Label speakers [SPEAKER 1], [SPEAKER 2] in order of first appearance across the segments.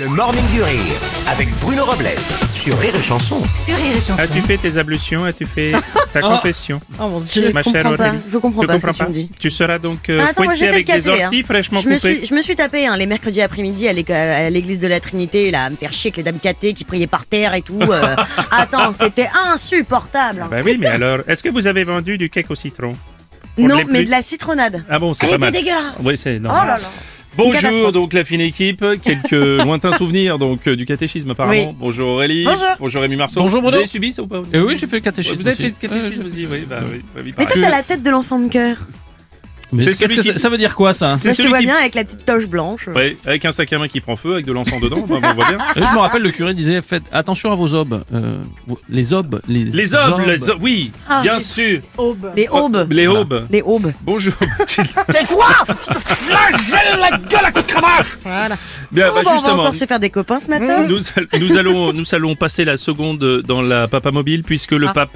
[SPEAKER 1] Le Morning du Rire avec Bruno Robles sur Rire et Chanson.
[SPEAKER 2] Sur Rire et Chanson.
[SPEAKER 3] As-tu fait tes ablutions As-tu fait ta confession
[SPEAKER 2] Oh Ah. mon dieu,
[SPEAKER 3] Ma
[SPEAKER 2] je
[SPEAKER 3] chère
[SPEAKER 2] comprends pas.
[SPEAKER 3] Aurélie,
[SPEAKER 2] Je comprends
[SPEAKER 3] tu
[SPEAKER 2] pas ce
[SPEAKER 3] comprends
[SPEAKER 2] que tu me dis.
[SPEAKER 3] Tu seras donc euh,
[SPEAKER 2] Ah, attends, moi
[SPEAKER 3] pointé
[SPEAKER 2] j'ai fait le
[SPEAKER 3] avec des
[SPEAKER 2] cadet. hein.
[SPEAKER 3] orties fraîchement
[SPEAKER 2] Je me,
[SPEAKER 3] coupées.
[SPEAKER 2] suis, je me suis tapé hein, les mercredis après-midi à l'éco- à l'église de la Trinité, là, à me faire chier avec les dames catées qui priaient par terre et tout. euh. attends, c'était insupportable. hein.
[SPEAKER 3] Bah oui, mais alors, est-ce que vous avez vendu du cake au citron on
[SPEAKER 2] non,
[SPEAKER 3] l'est
[SPEAKER 2] mais
[SPEAKER 3] plus.
[SPEAKER 2] de la citronnade.
[SPEAKER 3] Ah bon, c'est
[SPEAKER 2] Elle
[SPEAKER 3] pas
[SPEAKER 2] était
[SPEAKER 3] mal.
[SPEAKER 2] dégueulasse.
[SPEAKER 3] Oui, c'est
[SPEAKER 2] Oh
[SPEAKER 3] normal.
[SPEAKER 2] là là.
[SPEAKER 4] Bonjour,
[SPEAKER 2] Catastrophe.
[SPEAKER 4] donc la fine équipe, quelques lointains souvenirs donc euh, du catéchisme apparemment.
[SPEAKER 2] Oui.
[SPEAKER 4] Bonjour Aurélie.
[SPEAKER 2] Bonjour.
[SPEAKER 4] Rémi Marceau.
[SPEAKER 5] Bonjour,
[SPEAKER 4] Vous
[SPEAKER 5] Bruno.
[SPEAKER 4] avez subi ça ou pas
[SPEAKER 5] Euh, oui, j'ai fait le catéchisme.
[SPEAKER 4] Vous avez
[SPEAKER 5] aussi.
[SPEAKER 4] fait le catéchisme
[SPEAKER 5] Ouais,
[SPEAKER 4] aussi, oui, bah oui. bah oui,
[SPEAKER 3] Ah,
[SPEAKER 2] Mais
[SPEAKER 4] pareil.
[SPEAKER 2] toi, t'as la tête de l'enfant de cœur.
[SPEAKER 5] Mais
[SPEAKER 4] C'est
[SPEAKER 5] qu'est-ce
[SPEAKER 4] celui
[SPEAKER 5] que
[SPEAKER 4] qui-
[SPEAKER 5] ça, ça veut dire quoi ça hein
[SPEAKER 4] C'est
[SPEAKER 2] Là, je te
[SPEAKER 4] celui
[SPEAKER 2] vois
[SPEAKER 4] qui-
[SPEAKER 2] bien avec la petite toche blanche.
[SPEAKER 4] Ouais, avec un sac à main qui prend feu, avec de l'encens dedans, bah, on voit bien.
[SPEAKER 5] Euh, Je me rappelle, le curé disait faites attention à vos obes. Euh, vos- les obes, les,
[SPEAKER 4] Les hommes, les hommes, oui,
[SPEAKER 2] Ah,
[SPEAKER 4] bien sûr.
[SPEAKER 2] Les
[SPEAKER 3] Oh,
[SPEAKER 2] aubes.
[SPEAKER 4] Les aubes.
[SPEAKER 2] Les aubes.
[SPEAKER 4] Bonjour.
[SPEAKER 2] Tais-toi
[SPEAKER 4] la gueule à
[SPEAKER 2] Voilà.
[SPEAKER 3] Ah,
[SPEAKER 4] Bien,
[SPEAKER 2] Oh, bah,
[SPEAKER 4] bah,
[SPEAKER 2] on va
[SPEAKER 4] justement.
[SPEAKER 2] encore se faire des copains ce
[SPEAKER 3] Mmh.
[SPEAKER 2] matin.
[SPEAKER 4] Nous, all- nous allons, nous allons passer la seconde dans la Papa Mobile puisque le
[SPEAKER 2] Ah.
[SPEAKER 4] pape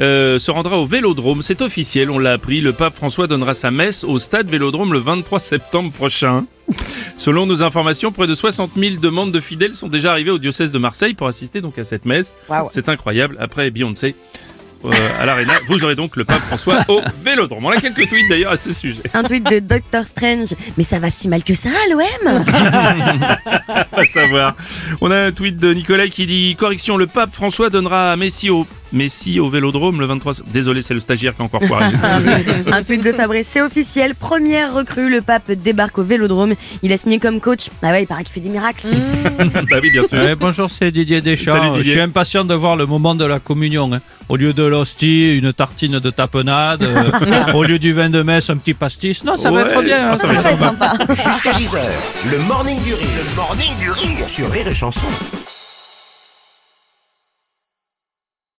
[SPEAKER 4] euh, se rendra au Vélodrome. C'est officiel, on l'a appris. Le pape François donnera sa messe au stade Vélodrome le 23 septembre prochain. Selon nos informations, près de 60 000 demandes de fidèles sont déjà arrivées au diocèse de Marseille pour assister donc à cette messe.
[SPEAKER 2] Waouh.
[SPEAKER 4] C'est incroyable. Après Beyoncé euh, à l'Arena, vous aurez donc le pape François au Vélodrome. On a quelques tweets d'ailleurs à ce sujet.
[SPEAKER 2] Un tweet de Doctor Strange. Mais ça va si mal que ça, l'OM
[SPEAKER 4] à savoir. On a un tweet de Nicolas qui dit Correction, le pape François donnera à Messi au, Messi au vélodrome le 23. Désolé, c'est le stagiaire qui a encore foiré.
[SPEAKER 2] Un tweet de Fabrice, c'est officiel, première recrue, le pape débarque au Vélodrome, il a signé comme coach. Ah ouais, il paraît qu'il fait des miracles.
[SPEAKER 4] bah oui, bien sûr.
[SPEAKER 5] bonjour, c'est Didier Deschamps.
[SPEAKER 4] Salut, Didier.
[SPEAKER 5] Je suis impatient de voir le moment de la communion. hein. Au lieu de l'hostie, une tartine de tapenade. euh, au lieu du vin de messe, un petit pastis. Non, ça
[SPEAKER 4] Ouais.
[SPEAKER 5] va être bien. hein,
[SPEAKER 4] Ah,
[SPEAKER 5] ça
[SPEAKER 4] va
[SPEAKER 5] va
[SPEAKER 4] être
[SPEAKER 5] être
[SPEAKER 1] Jusqu'à 10h, le Morning du Rire. Le Morning du Rire sur Rire et Chanson.